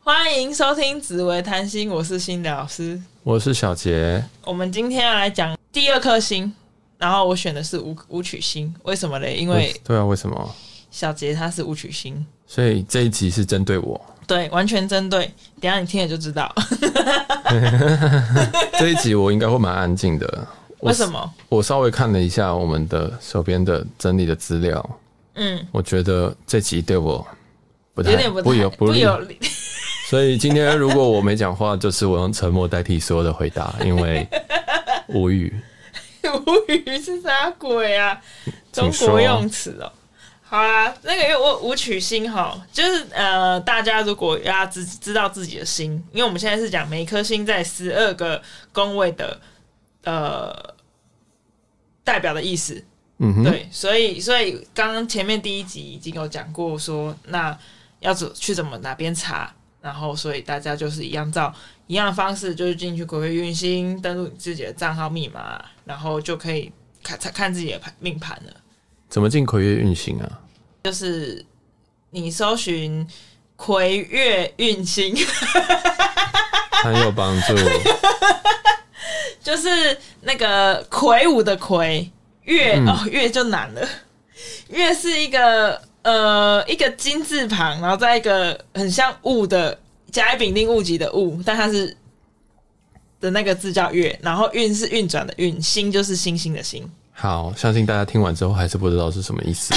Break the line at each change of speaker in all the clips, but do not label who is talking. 欢迎收听《紫薇谈心》，我是新的老师。
我是小杰，
我们今天要来讲第二颗星，然后我选的是武武曲星，为什么嘞？因为
为对啊，为什么？
小杰他是武曲星，
所以这一集是针 对我，
对，完全针对。等一下你听了就知道
这一集我应该会蛮安静的。我
为什么。
我稍微看了一下我们的手边的整理的资料，
嗯，
我觉得这集对我不太
有点哎不
不有
不
利，
有力，
所以今天如果我没讲话，就是我用沉默代替所有的回答，因 为无语。
无语是啥鬼啊？
怎
中
么说
国用词哦。好啦，那个因为我武曲星哈，就是呃，大家如果要知知道自己的星，因为我们现在是讲每一颗星在十二个宫位的呃代表的意思，
嗯哼，
对，所以所以刚刚前面第一集已经有讲过说，那要怎去怎么哪边查，然后所以大家就是一样照一样的方式，就是进去鬼鬼运星，登录你自己的账号密码，然后就可以看看自己的盘命盘了。
怎么进葵月运行啊？
就是你搜寻魁月运星，
很有帮助。
就是那个魁梧的魁月、
嗯
哦，月就难了。月是一个呃一个金字旁，然后再一个很像戊的甲乙丙丁戊己的戊，但它是的那个字叫月，然后运是运转的运，星就是星星的星。
好，相信大家听完之后还是不知道是什么意思。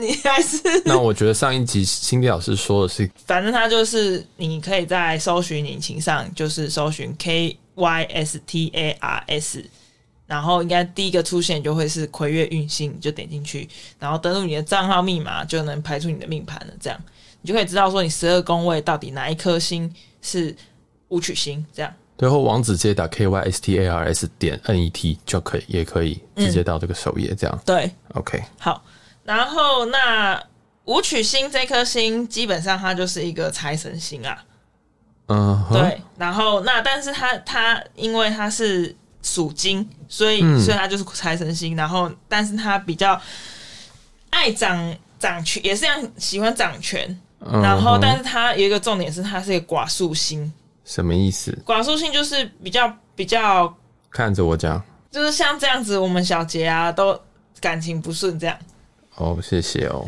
你还是
那我觉得上一集辛迪老师说的是
反正它就是你可以在搜寻引擎上，就是搜寻 K Y S T A R S，然后应该第一个出现就会是葵月运星，你就点进去，然后登录你的账号密码，就能排出你的命盘了。这样你就可以知道说你十二宫位到底哪一颗星是武曲星，这样
最后网址直接打 k y s t a r s 点 n e t 就可以，也可以
嗯
直接到这个首页这样。
对。
OK，
好，然后那武曲星这颗星，基本上它就是一个财神星啊。
嗯哼，
对，然后那但是它它因为它是属金，所以、
嗯
所以它就是财神星，然后但是它比较爱掌掌权，也是一样喜欢掌权。
嗯
然后
哼，
但是它有一个重点是，它是一个寡宿星。
什么意思？
寡宿星就是比较比较，
看着我讲
就是像这样子，我们小杰啊都感情不顺这样，
哦，谢谢 哦。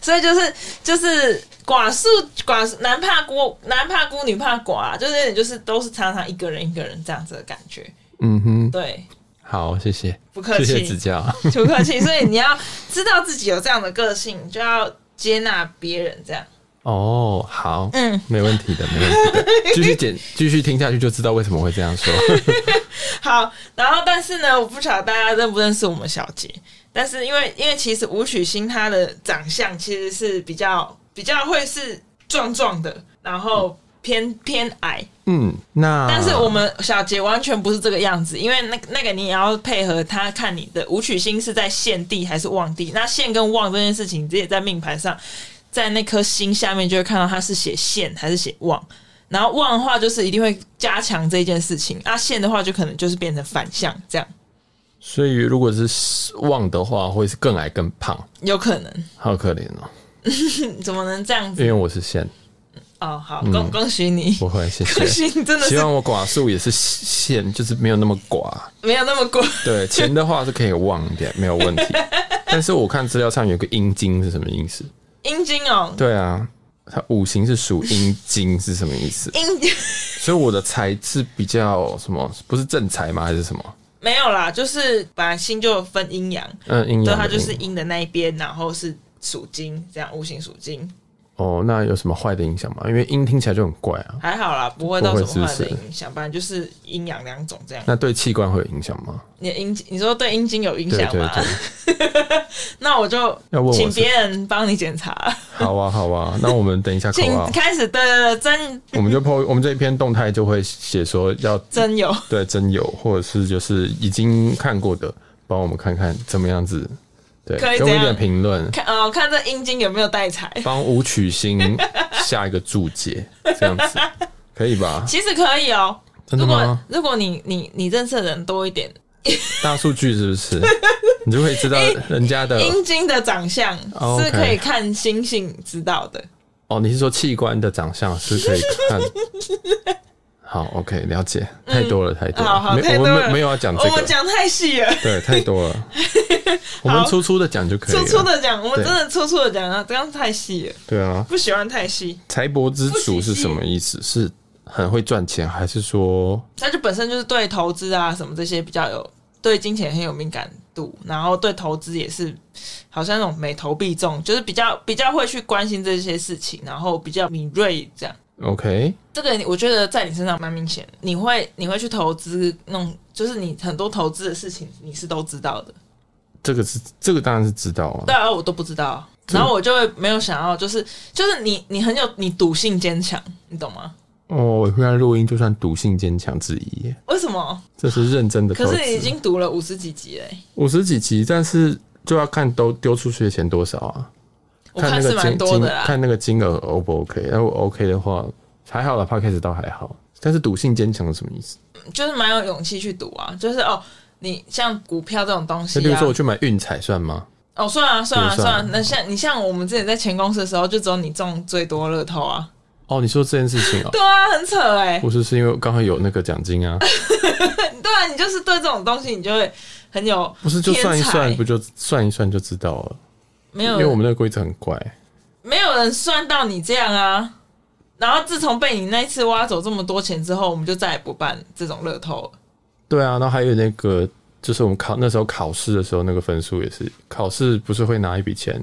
所以就是就是寡宿寡宿男怕孤男怕孤女怕寡、就是有点就是都是常常一个人一个人这样子的感觉。
嗯哼，
对，
好，谢谢，
不客
谢
气，
谢指教。
不客气。所以你要知道自己有这样的个性，你就要接纳别人这样。
哦，好，
嗯，
没问题的，没问题 的。继续剪，继续听下去就知道为什么会这样说。
好，然后但是呢，我不晓得大家认不认识我们小杰，但是因为因为其实吴曲星他的长相其实是比较比较会是壮壮的，然后偏偏矮，
嗯，那
但是我们小杰完全不是这个样子，因为那那个你也要配合他看你的武曲星是在线地还是旺地。那线跟旺这件事情，你自己在命盘上，在那颗星下面就会看到它是写线还是写旺。然后旺的话就是一定会加强这件事情，那线的话就可能就是变成反向这样，
所以如果是旺的话，会是更矮更胖，
有可能。
好可怜哦。
嗯怎么能这样
因
子？
为我是线，
哦，好，恭恭喜你，
不会，谢
恭
谢。
喜你 真的
嗯希
是
望我寡数也是线，就是没有那么寡。
没有那么过。
对，钱的话是可以忘一点，没有问题。但是我看资料上有个阴茎是什么意思？
阴茎哦，
对啊，它五行是属阴茎是什么意思？
阴茎。
所以我的财是比较什么？不是正财吗？还是什么？
没有啦，就是本来星就有分阴阳，
嗯，阴
对，
阳
它
的
就是
阴
阴的那一边，然后是属金，这样五行属金，
哦，那有什么坏的影响吗？因为阴听起来就很怪啊。
还好啦，不会到什么坏
不
的
会是不
影响，反正就是阴阳两种这样。
那对器官会有影响吗？
你的阴，你说对阴茎有影
对
响
对
吗？
对，
那我就
要问我
请
是
别人帮你检查，
好啊好啊，那我们等一下
请
扣啊，
开始对对对真
我们就 po 我们这一篇动态就会写说要
真有，
对真有，或者是就是已经看过的，帮我们看看怎么样子，对，
可以
给我们一
这样
点评论。
看哦，看这阴茎有没有带财，
帮武曲星下一个注解，这 样子可以吧？
其实可以哦。
真的
如果
吗？
如果你你你认识的人多一点，
大数据是不是？ 你就可
呃
以知道人家的
阴茎的长相
哦
是可以
OK
看星星知道的。
哦，你是说器官的长相是可以 看？好，OK，了解，太多了，太多
嗯好好
了，
太
没，我
多了
们没没有要讲这
我
个
们，讲太细了，
对，太多 了，我们粗粗的讲就可以啊
粗
了，
粗的讲，我们
对
真的粗粗的讲啊，这样太细了，
对啊，
不喜欢太细。
财帛之主是什么意思？是很会赚钱，还是说
他就本身就是对投资啊什么这些比较有对金钱很有敏感度，然后对投资也是好像那种每投必中，就是比较比较会去关心这些事情，然后比较敏锐这样。
OK？
这个我觉得在你身上蛮明显的，你会你会去投资弄，就是你很多投资的事情你是都知道的，
这个是这个当然是知道啊
对，啊，我都不知道，
这
然后我就会没有想要，就是就是你你很有你赌性坚强，你懂吗？
哦，我突然录音就算赌性坚强之一耶，
为什么？
这是认真的投
可
资。
是你已经读了欸五十几集嘞、
五十几集，但是就要看都丢出去的钱多少啊，
我看
那
是
个
蛮
金
多
金
的啦。
看那个金额 O 不 OK？那我 OK 的话，还好了 p a c k a g e 倒还好。但是赌性坚强是什么意思？
就是蛮有勇气去赌啊，就是哦，你像股票这种东西
就例如
啊
说，我，去买运彩算吗？
哦，算啊，算啊，
也
算
算啊
啊。那像你像我们之前在前公司的时候，就只有你中最多乐透啊，
哦，你说这件事情哦、
对啊，很扯哎、
不是是因为刚好有那个奖金啊，
对啊，你就是对这种东西，你就会很有
不是就算一算，
天才
不就算一算就知道了？
没
因
有
为我们那个规则很怪，
没有人算到你这样啊。然后自从被你那一次挖走这么多钱之后，我们就再也不办这种乐透了。
对啊，然后还有那个就是我们考那时候考试的时候，那个分数也是考试不是会拿一笔钱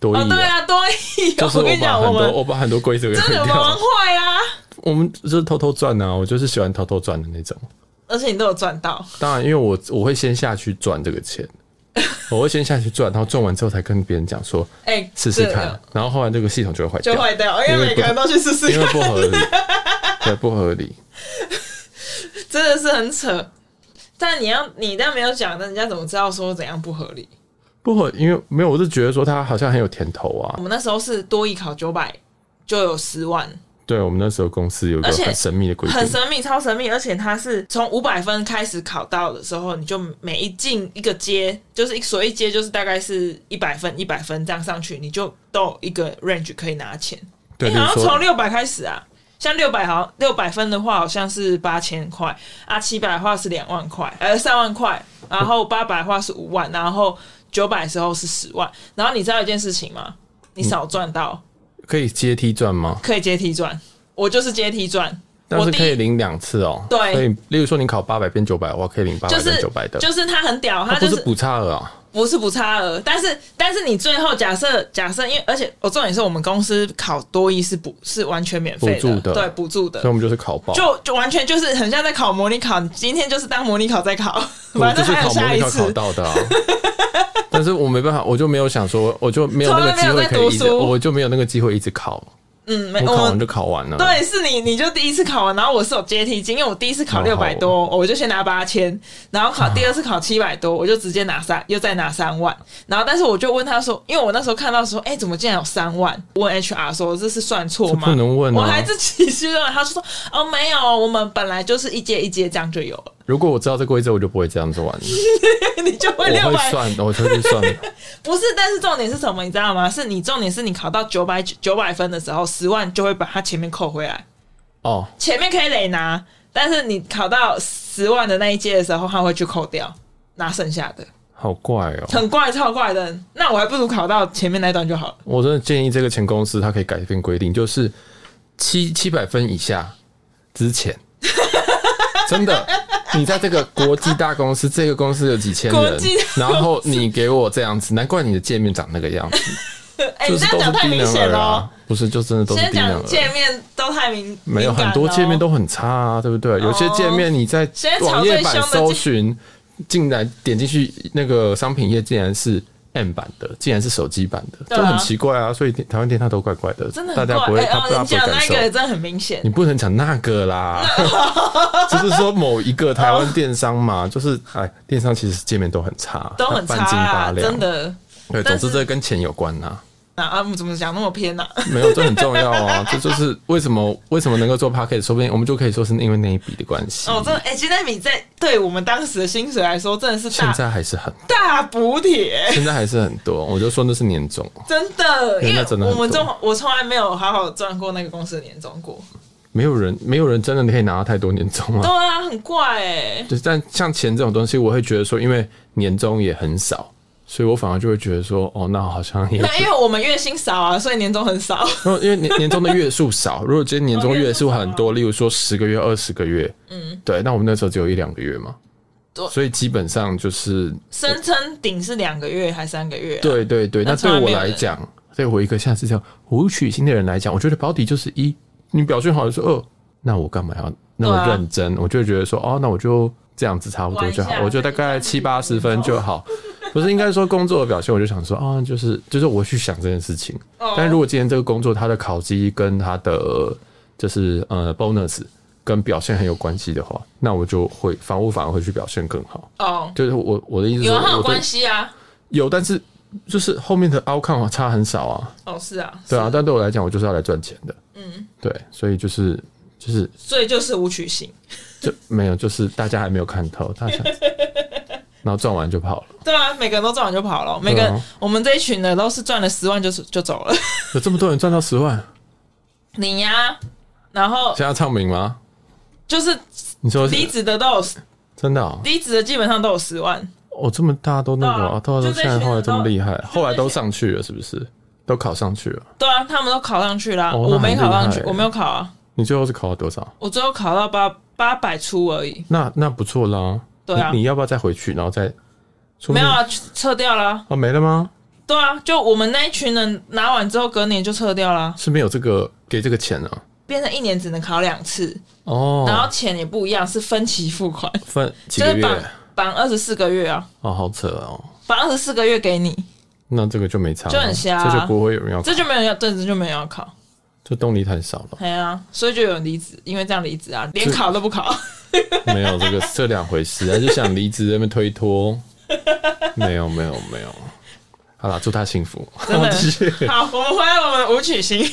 多
哦，
亿
对
啊，
啊，多益，
就是
跟你
把
讲，
很
我
多
们
我把很多规则给
真
毁
的有 玩
掉，
坏啊，
我们就是偷偷赚啊，我就是喜欢偷偷赚的那种。
而且你都有赚到。
当然，因为我我会先下去赚这个 钱，我会先下去赚，然后赚完之后才跟别人讲说
哎、
试试
这个
看，然后后来这个系统啊就会坏
就
掉，
坏掉，因
因
为
为
每个人都去试试
因为
看，
不合理，对，不合理。
真的是很扯。但你要你但没有讲，那人家怎么知道说怎样不合理？
不合，因为没有，我是觉得说它好像很有甜头
我
啊。
们那时候是多艺考九百就有十万，
对我们那时候公司有一个
而且
很神秘的规定
很，神秘，超神秘，而且它是从五百分开始考到的时候，你就每一进一个阶，就是一所一阶就是大概是一百分一百分这样上去，你就都有一个 range 可以拿钱。
对，
你
就是
好像从
说，
六百开始啊，像六百好像六百分的话，好像是八千块啊，七百的话是两万块，呃三万块，然后八百的话是五万，然后九百的时候是十万。然后你知道一件事情吗？你少赚到
可以阶梯赚吗？
可以阶梯赚，我就是阶梯赚。
但
我
是
第
可以
一
领两次哦。
对
所以例如说你考八百变九百的话，可以领八
就
百
是
变啊九百的，
就是他很屌，他
不
就是是
补差额啊。
不是不差额，但是但是你最后假设假设，因为而且我重点是我们公司考多一是补是完全免费
补助的
对补助的
所以，我们就是考爆，
就就完全就是很像在考模拟考，你今天就是当模拟考在 考，
我
反
就
正
是
还有
考模
下
拟
一
考考
次。
到的啊。 但是我没办法，我就没有想说，我就没有那个机
从来没
会
有在
可以一
读
直，
书
我就没有那个机会一直考，
嗯，没
我
我
考完
们
就考完了。，
对是你，你就第一次考完，然后我是有阶梯经，因为我第一次考六
然后
百多，我就先拿八千，然后考第二次考七百多，我就直接拿三，又再拿三万，然后但是我就问他说，因为我那时候看到说，哎、怎么竟然有三万？问 HR 说这是算错
这
吗？
不能问
我
啊
还。自己去问，他说哦没有，我们本来就是一阶一阶这样就有了，
如果我知道这规则，我就不会这样做完。
你就会
我
六
会
百
算，我会去算。
不是，但是重点是什么？你知道吗？是你重点是你考到九百九百分的时候，十万就会把它前面扣回来，
哦，
前面可以累拿，但是你考到十万的那一届的时候，它会去扣掉，拿剩下的，
好怪哦。
很怪，超怪的。那我还不如考到前面那段就好 了。
我真的建议这个前公司它可以改变规定，就是七七百分以下之前，真的，你在这个国际大公司，这个公司有几千
国
人
际大公，司
然后你给我这样子，难怪你的界面长那个样子，
哎、
就
你这
是
样
都
讲
是
太
低
明
能
显
儿
了、
啊，不是，就真的都是
先
低能
讲界
儿。啊
面都太明，
没有
敏感
很
了
多界面都很差啊，对不
哦
对？有些界面你在
现在炒
网
最
页版
凶的
搜
界
寻，竟然点进去那个商品页，竟然是 M 版的，竟然是手机版的，
对
就
啊
很奇怪啊。所以台湾电台都怪怪的，
真的
大
很
家不
怪。
会，
哎、
他
哦，
大
你
家
讲
不会
那
感
个
受。
真的很明显
你。不能讲那 个啦，就是说某一个台湾电商嘛，就是哎，电商其实界面都很差，
都很
半斤
差、
八
啊，
两
真。的。
对，
但
总
是
之这跟钱有关呐、啊
那阿木怎么讲那么偏啊呢、
没有，这很重要啊！这就是为什么为什么能够做 p o c k e t 说不定我们就可以说是因为那一笔的关系。
哦，真的，哎、现在你在对我们当时的薪水来说，真的是啊
现
大
在还是很，
大补贴，
现在还是很多。我就说那是年终，
真的，因
对
为
那真的很
我们
多
从我从来没有好好赚过那个公司的年终过。
没有人没有人真的可以拿到太多年终
对
啊。
啊，很怪哎、
对，但像钱这种东西，我会觉得说，因为年终也很少，所以我反而就会觉得说，哦，那好像也
那因为我们月薪少啊，所以年终很少。
然 后因为年年终的月数少，如果今天年终月数很多，例如说十个月、二十个月，嗯，对，那我们那时候只有一两个月嘛
对，
所以基本上就是
声称顶是两个月还三个月、啊，
对对对。
那
那
从
对
来
我
没有
来
人
讲，对我一个像是这样无取薪的人来讲，我觉得保底就是一，你表现好就说二，那我干嘛要那
对
么
啊
认真？我就会觉得说，哦，那我就这样子差不多
玩一
就
下
好，我就大概
对
七八十分就好。不是应该说工作的表现，我就想说啊、就是就是我去想这件事情。
哦
但如果今天这个工作它的考绩跟它的就是呃 bonus 跟表现很有关系的话，那我就会反我反而会去表现更好。
哦，
就是我我的意思是
有
说，
啊，很
我
有
对
关系啊。
有，但是就是后面的 outcome 差很少啊，
哦，是啊，
对啊。
是，
但对我来讲，我就是要来赚钱的，
嗯，
对，所以就是就是
所以就是无取型。
就 没有，就是大家还没有看透，大家想然后赚完就跑了，
对啊，每个人都赚完就跑了，每个、
对啊
我们这一群的都是赚了十万就就走了。
有这么多人赚到十万，
你呀、然后
现在要唱名吗？
就是
你说
离职的都有，
真的、哦？
离职的基本上都有十万。
哦，这么大都那个、啊，
对啊
到
就
到
这
现在
些
后来
人
这么
都
厉害，后来
就这
都
些
上去了，是不是？都考上去了。
对啊，他们都考上去啦，
哦那
我没考上
很厉
去，
害
我没有考啊，
你最后是考了多少？
我最后考到八八百出而已。
那那不错啦。
对啊
你，你要不要再回去，然后再？说不
没
定
有啊，撤掉啦。
哦，没了吗？
对啊，就我们那一群人拿完之后，隔年就撤掉啦，
是没有这个给这个钱啊？
变成一年只能考两次，然
哦
后，钱也不一样，是分期付款，
分几
就
个
是
月
绑绑二十四个月啊，
哦，好扯哦。
绑二十四个月给你，
那这个就没差了，
就很瞎啊
这就不会有人要，
这就没有人要，对，这就没有人要考。
这动力太少了，
对啊，所以就有人离职，因为这样离职啊，连考都不考。
没有这个这两回事，还是想离职在那边 推脱，没有没有没有，好啦，祝他幸福，
真的
继续
好，我们回来我们的武曲星。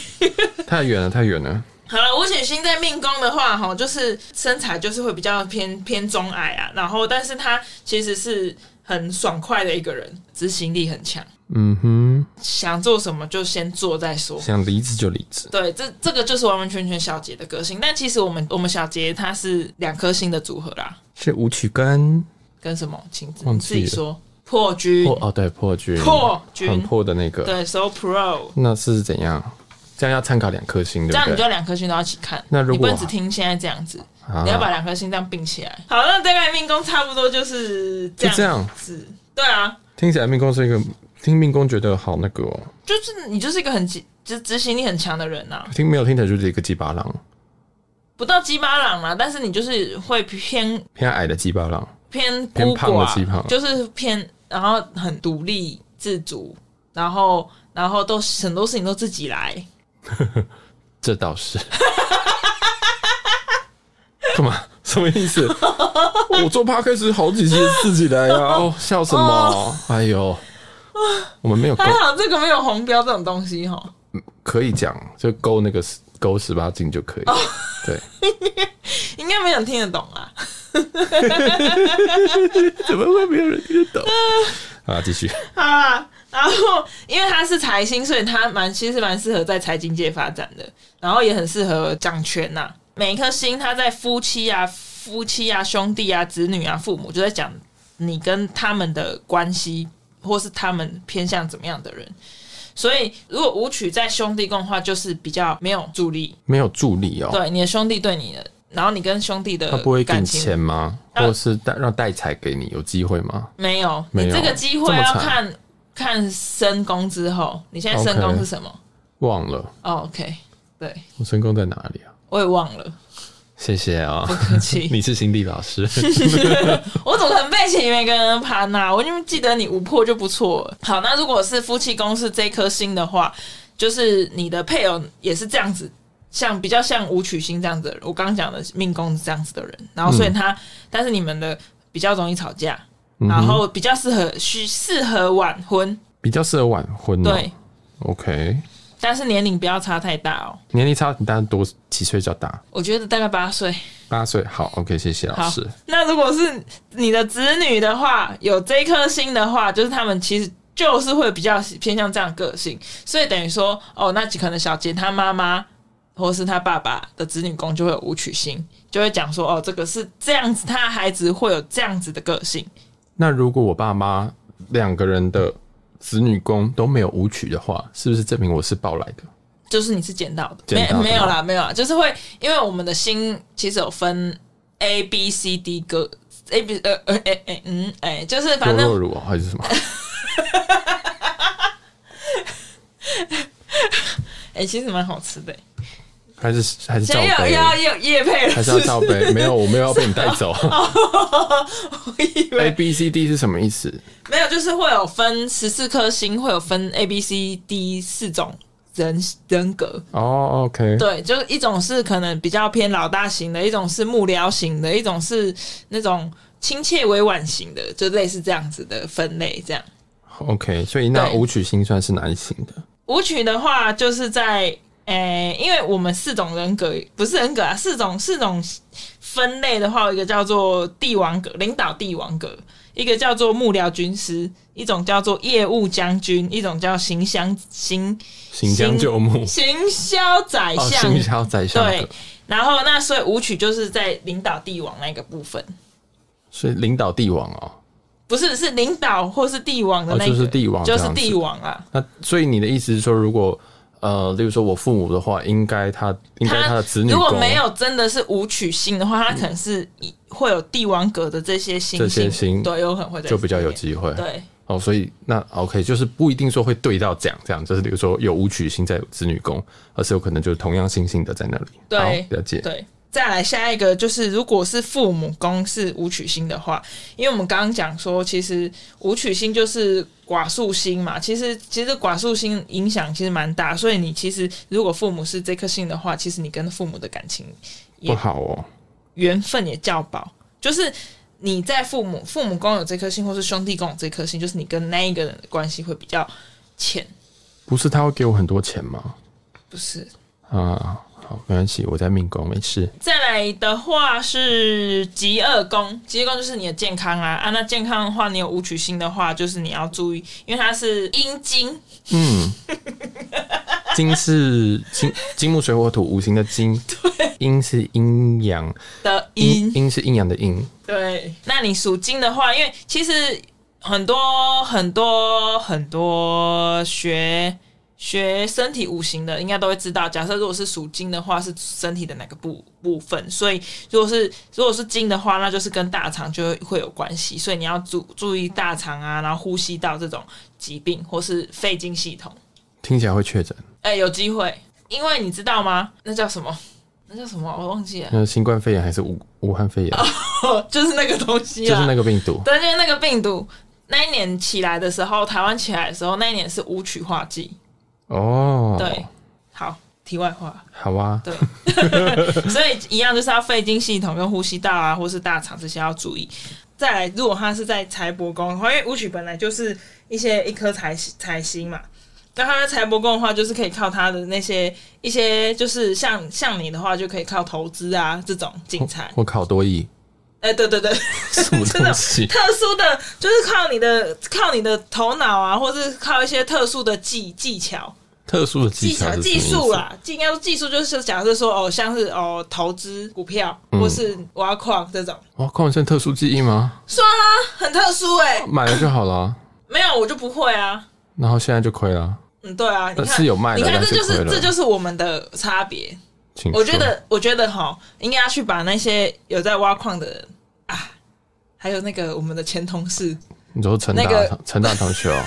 太远了太远了，
好了，吴雪欣在命宫的话，哈，就是身材就是会比较偏偏中矮啊，然后但是她其实是很爽快的一个人，执行力很强，
嗯哼，
想做什么就先做再说。
想离职就离职，
对，这这个就是完完全全小杰的个性。但其实我们我们小杰他是两颗星的组合啦，
是舞曲跟
跟什么？请自
忘
你
记
自
了
己说破军，
破哦对破军
破军
很破的那个，
对，so pro，
那是怎样？这样要参考两颗星，
这
对
样
不
你
对？
就两颗星都要一起看，
那如
你不
果
能只听现在这样子，
啊
你要把两颗星这样并起来。好，那大概命宫差不多就是这样
就这样
子，对啊，
听起来命宫是一个，听命宫觉得好那个、哦，
就是你就是一个很执执执行力很强的人呐、啊
听没有听起来就是一个鸡巴狼，
不到鸡巴狼啦，但是你就是会偏
偏矮的鸡巴狼，
偏
偏
孤
胖的
寡
鸡胖
就是偏然后很独立自主，然后然后都很多事情都自己来，
这倒是。 干嘛？什么意 思？我做 p 开始好几集自己来 啊！哦，啊笑什么？哎呦，我们没有勾
还，好这个没有红标这种东西哈。
可以讲就勾那个勾十八禁就可以。对，
应该没有人听得懂啦。
怎么会没有人听得懂？ 好啦，继续。
好啦，然后因为他是财星，所以他蛮其实蛮适合在财经界发展的，然后也很适合掌权呐、每一颗星，他在夫妻啊、夫妻啊、兄弟啊、子女啊、父母，就在讲你跟他们的关系，或是他们偏向怎么样的人。所以，如果舞曲在兄弟宫的话，就是比较没有助力，
没有助力哦，
对你的兄弟对你的，然后你跟兄弟的
他不会给
感
你
情
钱吗？
啊
或者是带让代采给你有机会吗？
没有，
没有
你这个机会
这么
要
惨
看看深宫之后，你现在深宫
OK
是什么
忘了，
哦 OK，对
我成功在哪里啊？
我也忘了，
谢谢啊，
不客气。
你是心地老师，
我怎么可能背起每个人的盘呐、我就记得你五破就不错了。好，那如果是夫妻宫是这颗星的话，就是你的配偶也是这样子，像比较像武曲星这样子的人，我刚刚讲的命宫是这样子的人，然后所以他，但是你们的比较容易吵架，然后比较适合需适合晚婚，
比较适合晚婚、哦。
对，
OK，
但是年龄不要差太大哦，
年龄差很大，多几岁比较大？
我觉得大概八岁。
八岁。好，OK，谢谢老
好
师。，
那如果是你的子女的话，有这颗心的话，就是他们其实就是会比较偏向这样个性，所以等于说，哦，那可能小杰他妈妈或是他爸爸的子女宫就会有武曲星，就会讲说，哦，这个是这样子，他孩子会有这样子的个性。
那如果我爸妈两个人的子女宫都没有舞曲的话，是不是证明我是抱来的？
就是你是捡到的，
捡到的
没没有啦，没有啦，就是会因为我们的心其实有分 A B C D 个 A B 呃呃哎哎嗯哎、就是
肉
反
肉
正
乳哦还是什么？
哎、其实蛮好吃的、
还是还是
现
罩
在要
杯？
要要夜配了，
还是要
不
罩 杯？没有，我没有要被你带走。
哦我以
A
为
B C D 是什么意思？
没有，就是会有分十四颗星，会有分 A B C D 四种人人格。
哦，OK、o k
对，就是一种是可能比较偏老大型的，一种是幕僚型的，一种是那种亲切委婉型的，就类似这样子的分类。这样
OK，所以那
对
舞曲心算是哪一型的？
舞曲的话，就是在诶、因为我们四种人格不是人格啊，四种四种分类的话，有一个叫做帝王格，领导帝王格；一个叫做幕僚军师；一种叫做业务将军；一种叫行相行
行将就木
行销宰
哦，
相。
行销宰相
对
格，，
然后那所以舞曲就是在领导帝王那个部分，
所以领导帝王哦。
不是是领导或是帝王的
哦
那个，
就是帝王
就
这
是
样子
帝王啊。
那所以你的意思是说，如果呃，例如说我父母的话，应该他应该他的子女
如果
宫
没有真的是武曲星的话，他可能是以会有帝王格的这些星
这
星，
些星
对，有可能会在
就比较有
里
机会
面。对
哦，所以那 OK 就是不一定说会对到讲这样，就是比如说有武曲星在有子女宫，而是有可能就是同样星星的在那里。
对
好了解。
对。再来下一个就是，如果是父母宫是武曲星的话，因为我们刚刚讲说，其实武曲星就是寡宿星嘛，其实其实寡宿星影响其实蛮大，所以你其实如果父母是这颗星的话，其实你跟父母的感情
不好哦，
缘分也较薄，就是你在父母父母宫有这颗星，或是兄弟宫有这颗星，就是你跟那一个人的关系会比较浅，
不是他会给我很多钱吗？
不是？
啊，好，没关系，我在命宫 没事。
再来的话是极恶宫，极恶宫就是你的健康啊啊，那健康的话，你有武曲星的话，就是你要注意，因为它是阴金，
嗯，金是金金木水火土五行的金，对，阴是阴阳，
的
阴
阴，
阴是阴阳的阴，
对，那你属金的话，因为其实很多很多很多学学身体五行的，应该都会知道。假设如果是属金的话，是身体的哪个部部分？所以如果是如果是金的话，那就是跟大肠就会会有关系。所以你要注注意大肠啊，然后呼吸道这种疾病，或是肺经系统。
听起来会确诊。
哎、有机会，因为你知道吗？那叫什么？那叫什么？我忘记了，
那新冠肺炎还是武武汉肺炎，
就是那个东西
就
啊。
是那个病毒。
哦对，就是那个病毒，那一年起来的时候，台湾起来的时候，那一年是无曲化剂。
哦，
对，，好，题外话，
好啊，
对，所以一样就是要肺经系统跟呼吸道啊，或是大肠这些要注意。再来，如果它是在财帛宫的话，因为武曲本来就是一些一颗财财星嘛，那它在财帛宫的话，就是可以靠它的那些一些，就是像像你的话，就可以靠投资啊这种进 财。
我考 多亿，
哎、对对对。
什么
真的
东西？
特殊的，就是靠你的靠你的头脑啊，或是靠一些特殊的技技巧、
特殊的
技
技巧
巧、
是什么
技
意思
术，啊啦，技应该说技术就是假设说哦，像是哦投资股票
嗯
或是挖矿这种，
哇，矿泉水特殊技艺吗？
算啊，很特殊哎、
买了就好了，
没有我就不会啊。
然后现在就亏了，
嗯，对啊，你
呃
看
是有卖的
你看
但
这
是
就是
亏了
这就是我们的差别。
请
我觉
说
得，我觉得哈，应该要去把那些有在挖矿的人啊，还有那个我们的前同事，
你说陈大
那个
陈大同学 哦，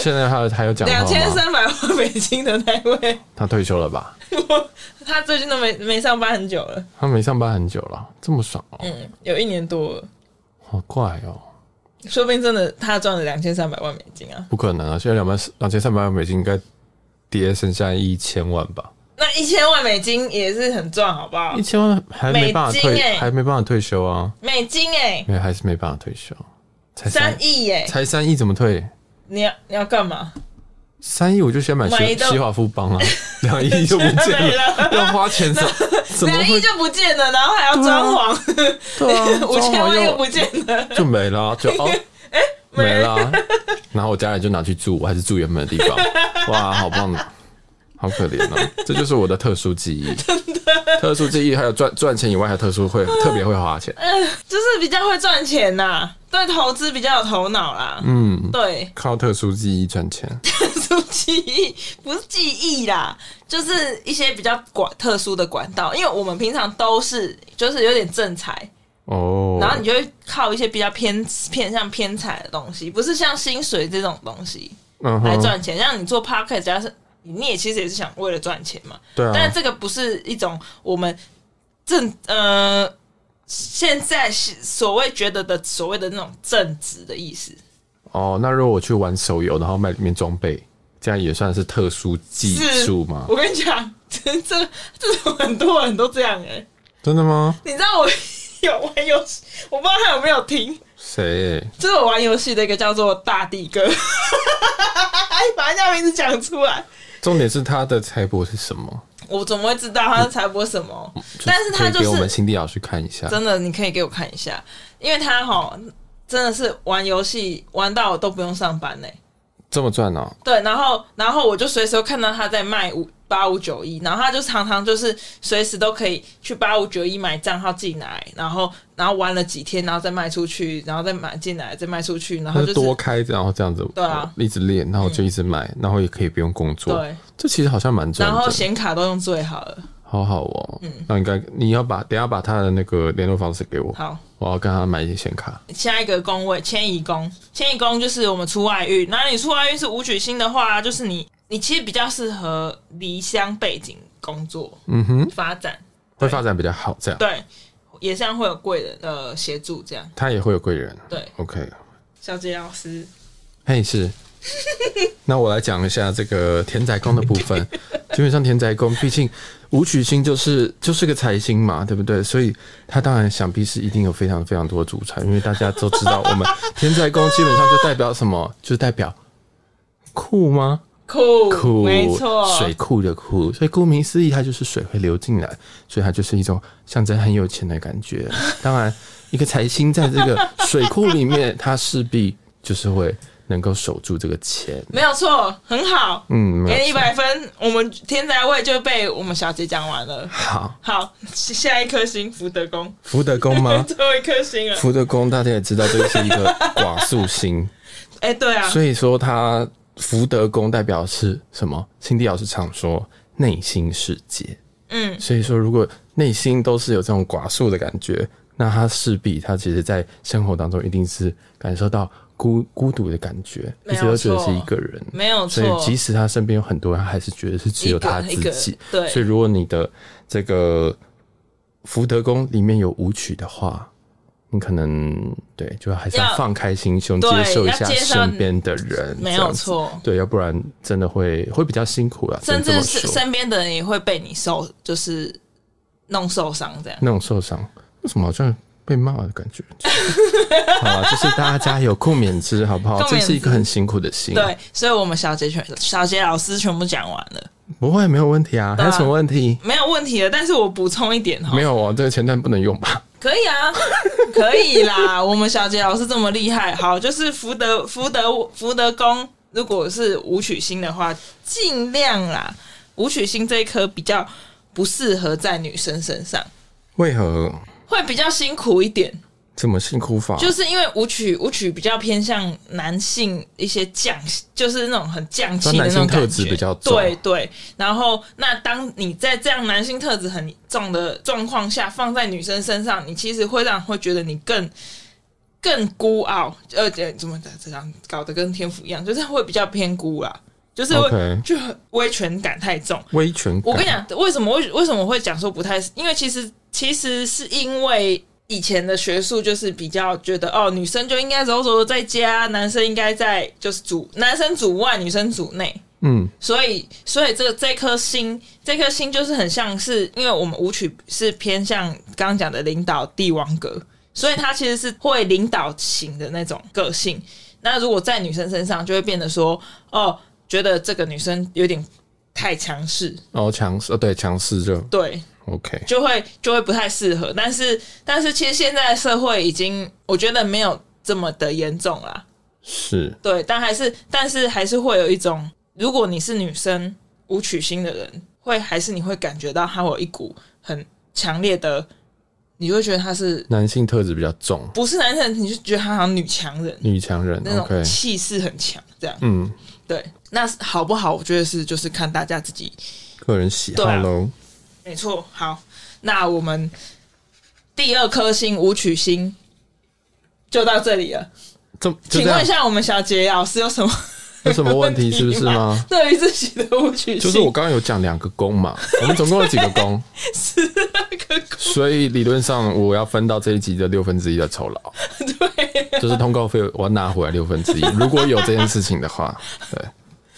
现在还有还有讲
两千
话吗？
三百万美金的那位，
他退休了吧？
我 他最近都没没上班很久了，
他没上班很久了，这么爽哦，
嗯，有一年多了，
好怪哦，
说不定真的他赚了两千三百万美金啊！
不可能啊！现在两万两千三百万美金应该跌剩下一千万吧？
那一千万美金也是很赚，好不好
一？千万还没办法
美金
退，
欸
还没办法退休啊，
美金哎、
没有还是没办法退休，才
三
三
亿哎、
才三亿怎么退？
你要你要干嘛？
三亿我就先买
买一
西
栋
西华富邦 啊，两亿就不见
没
了，
了，
要花钱怎怎 么
两亿
会？
就不见了，然后还要装潢，
对啊，
五千
装潢
万又
又
不见了，
就没了啊，就 哦，没了啊。然后我家人就拿去住，我还是住原本的地 方。哇，好棒，啊好可怜哦！这就是我的特殊 记忆，特殊记忆还有赚赚钱以外，还有特殊会特别会花钱。
就是比较会赚钱呐、对投资比较有头脑啦。
嗯，
对，
靠特殊记忆赚钱。
特殊记忆不是记忆啦， 就是一些比较管特殊的管道，因为我们平常都是就是有点正财，
哦，
然后你就会靠一些比较偏偏向偏财的东西，不是像薪水这种东西
嗯
来
哼，
赚钱。像你做 p o c k e t 加上你也其实也是想为了赚钱嘛，
对
但
啊
是，这个不是一种我们正呃现在是所谓觉得的所谓的那种正直的意思，
哦，那如果我去玩手游，然后卖里面装备，这样也算是特殊技术吗？
我跟你讲， 这这这种很多人都这样哎、
真的吗？
你知道我有玩游戏，我不知道他有没有听，
谁？
就是我玩游戏的一个叫做大地哥， 把人家名字讲出来，
重点是他的财帛是什么？
我怎么会知道他是才播什么？但是他
可以
就
给我们
是
新地老师看一下。
真的，你可以给我看一下，因为他哈真的是玩游戏玩到我都不用上班呢、
这么赚哦，
对，然后然后我就随时都看到他在卖五八五九一，然后他就常常就是随时都可以去八五九一买账号进来，然后然后玩了几天，然后再卖出去，然后再买进来，再卖出去，然后
他
就
就是多开，然后这样子，
对啊嗯
一直练，然后就一直买，然后也可以不用工作，
对，
这其实好像蛮赚
然后嗯
的，
显卡都用最好了。
好好哦。那应该你要把等一下把他的那个联络方式给我，
好，
我要跟他买一些显卡。
下一个宫位迁移宫，迁移宫就是我们出外遇。那你出外遇是武曲星的话，就是你你其实比较适合离乡背景工作
嗯哼，
发展，
会发展比较好，这样
对，也这样会有贵人的呃协助，这样
他也会有贵人。
对。
OK，
小杰老师，
嘿是。那我来讲一下这个田宅宫的部分。基本上田宅宫，毕竟武曲星就是就是个财星嘛，对不对？所以他当然想必是一定有非常非常多的主财，因为大家都知道，我们田宅宫基本上就代表什么？就是代表库吗？
酷，
库，
没错，
水库的库。所以顾名思义，它就是水会流进来，所以它就是一种象征很有钱的感 觉。当然，一个财星在这个水库里面，它势必就是会能够守住这个钱。
没有错，很好，
嗯，没有
哎给你一
错
百分。我们天才位就被我们小杰讲完了。
好，
好，下一颗星福德宫，
福德宫吗？
最后一颗星了。
福德宫大家也知道，这个是一个寡宿星，
哎、对 啊，
所以说它福德宫代表是什么？辛迪老师常说内心世界，
嗯，
所以说如果内心都是有这种寡宿的感觉，那他势必他其实在生活当中一定是感受到孤孤独的感觉，一
没有
直都觉得
错
是一个人。
没有
所以
错，
即使他身边有很多人，他还是觉得是只有他
一个一
自
个
己。
对
所以如果你的这个福德宫里面有舞曲的话，你可能对，就还是要
要
放开心胸，接
对
受一下
要接受
身边的人，
没
这
有
样子。
错，
对，要不然真的会会比较辛苦啦，
甚
只能
至
这么
是
说
身边的人也会被你受，就是弄受伤这样。
那种受伤，为什么好像被骂的感觉？ 好啊，就是大家加油，共勉之，好不好？
共勉
这
之
是一个很辛苦的心，啊
对，所以我们小杰全小杰老师全部讲完了，
不会没有问题啊，还有什么问题？
没有问题了。但是我补充一点哈
没，有哦，这个前段不能用吧？
可以啊，可以啦。我们小杰老师这么厉害，好，就是福德福德福德宫，如果是武曲星的话，尽量啦。武曲星这一颗比较不适合在女生身上，
为何
会比较辛苦一点，
这么辛苦法？
就是因为武曲武曲比较偏向男性一些匠，就是那种很匠气的那种
男性特
感
质
觉，
比较重
对对。然后，那当你在这样男性特质很重的状况下放在女生身上，你其实会让人会觉得你更更孤傲，呃，呃怎么讲这样搞得跟天赋一样，就是会比较偏孤啦，就是会
OK
就很威权感太重。
威权感。
我跟你，讲，为什么为为什么会讲说不太是？因为其实其实是因为以前的学术就是比较觉得哦，女生就应该柔柔的在家，男生应该在就是主男生主外，女生主内。
嗯，
所以，所以这这颗星，这颗星就是很像是，因为我们舞曲是偏向刚刚讲的领导帝王格，所以它其实是会领导型的那种个性。那如果在女生身上，就会变得说，哦，觉得这个女生有点太强势，
哦，强势，哦，对，强势就
对，
OK，
就会就会不太适合。但是但是其实现在的社会已经，我觉得没有这么的严重啦。
是
对，但还是但是还是会有一种，如果你是女生无取心的人，会还是你会感觉到她有一股很强烈的，你会觉得她是
男性特质比较重，
不是男人，你就觉得她好像女强人，
女强人
那
OK，
种气势很强，这样
嗯，
对。那好不好？我觉得是就是看大家自己
个人喜
对
好
啊
喽。
没错，好，那我们第二颗星舞曲星就到这里了。
这
请
就这样
问一，下，我们小杰老师有什么
有什么问题是不是吗？？
对于自己的舞曲星，
就是 我刚刚有讲两个宫嘛，我们总共有几个宫，
那个
所以理论上我要分到这一集的六分之一的酬 劳，
对，
就是通告费我要拿回来六 分之一。如果有这件事情的话，对，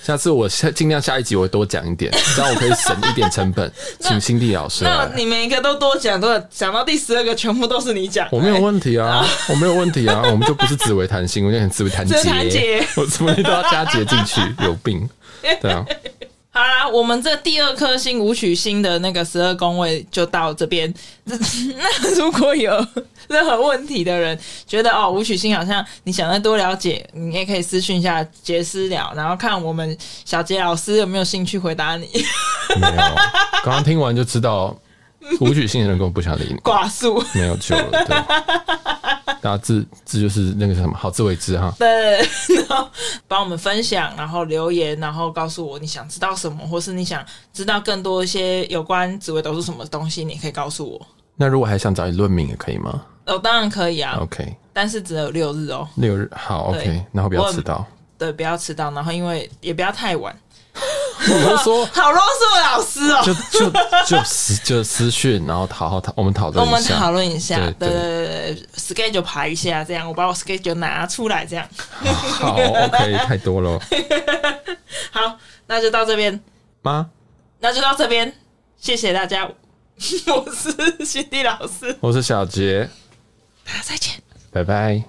下次我下尽量下一集我多讲 一点，这样我可以省一点成本，请心地老师啊
那
来。
你每一个都多讲多讲，讲到第十二个全部都是你讲。
我没有问题啊， 我没有问题啊，我们就不是紫薇谈心，我就很紫薇谈
紫薇谈
结
结，
我什么都要加结进 去，有病。对啊，
好啦，我们这第二颗星舞曲星的那个十二宫位就到这边。 那如果有任何问题的人，觉得哦舞曲星好像你想再多了解，你也可以私讯一下杰私聊，然后看我们小杰老师有没有兴趣回答你
没有，刚刚听完就知道，武曲星人根本不想理你。
挂数。
没有救了，对，大家自自就是那个什么，好自为之哈。
对，然后帮我们分享，然后留言，然后告诉我你想知道什么，或是你想知道更多一些有关紫微斗数什么东西，你可以告诉我。
那如果还想找你论命也可以吗
哦，当然可以啊，
？OK，
但是只有六日哦。
六日好
对
，OK，然后不要
我
迟到。
对，不要迟到，然后因为也不要太晚。
我们说
好啰嗦的老师哦、
就就就私就私讯，然后好好讨我们讨
那
论
我们
一
讨
下。
论一下，对
对
对对对，schedule 排一下，这样我把我 schedule 拿出来，这样
好，OK，太多了
好，那就到这边，
吗？
那就到这边，谢谢大家，我是新地老师，
我是小杰，
大家再见。
拜拜。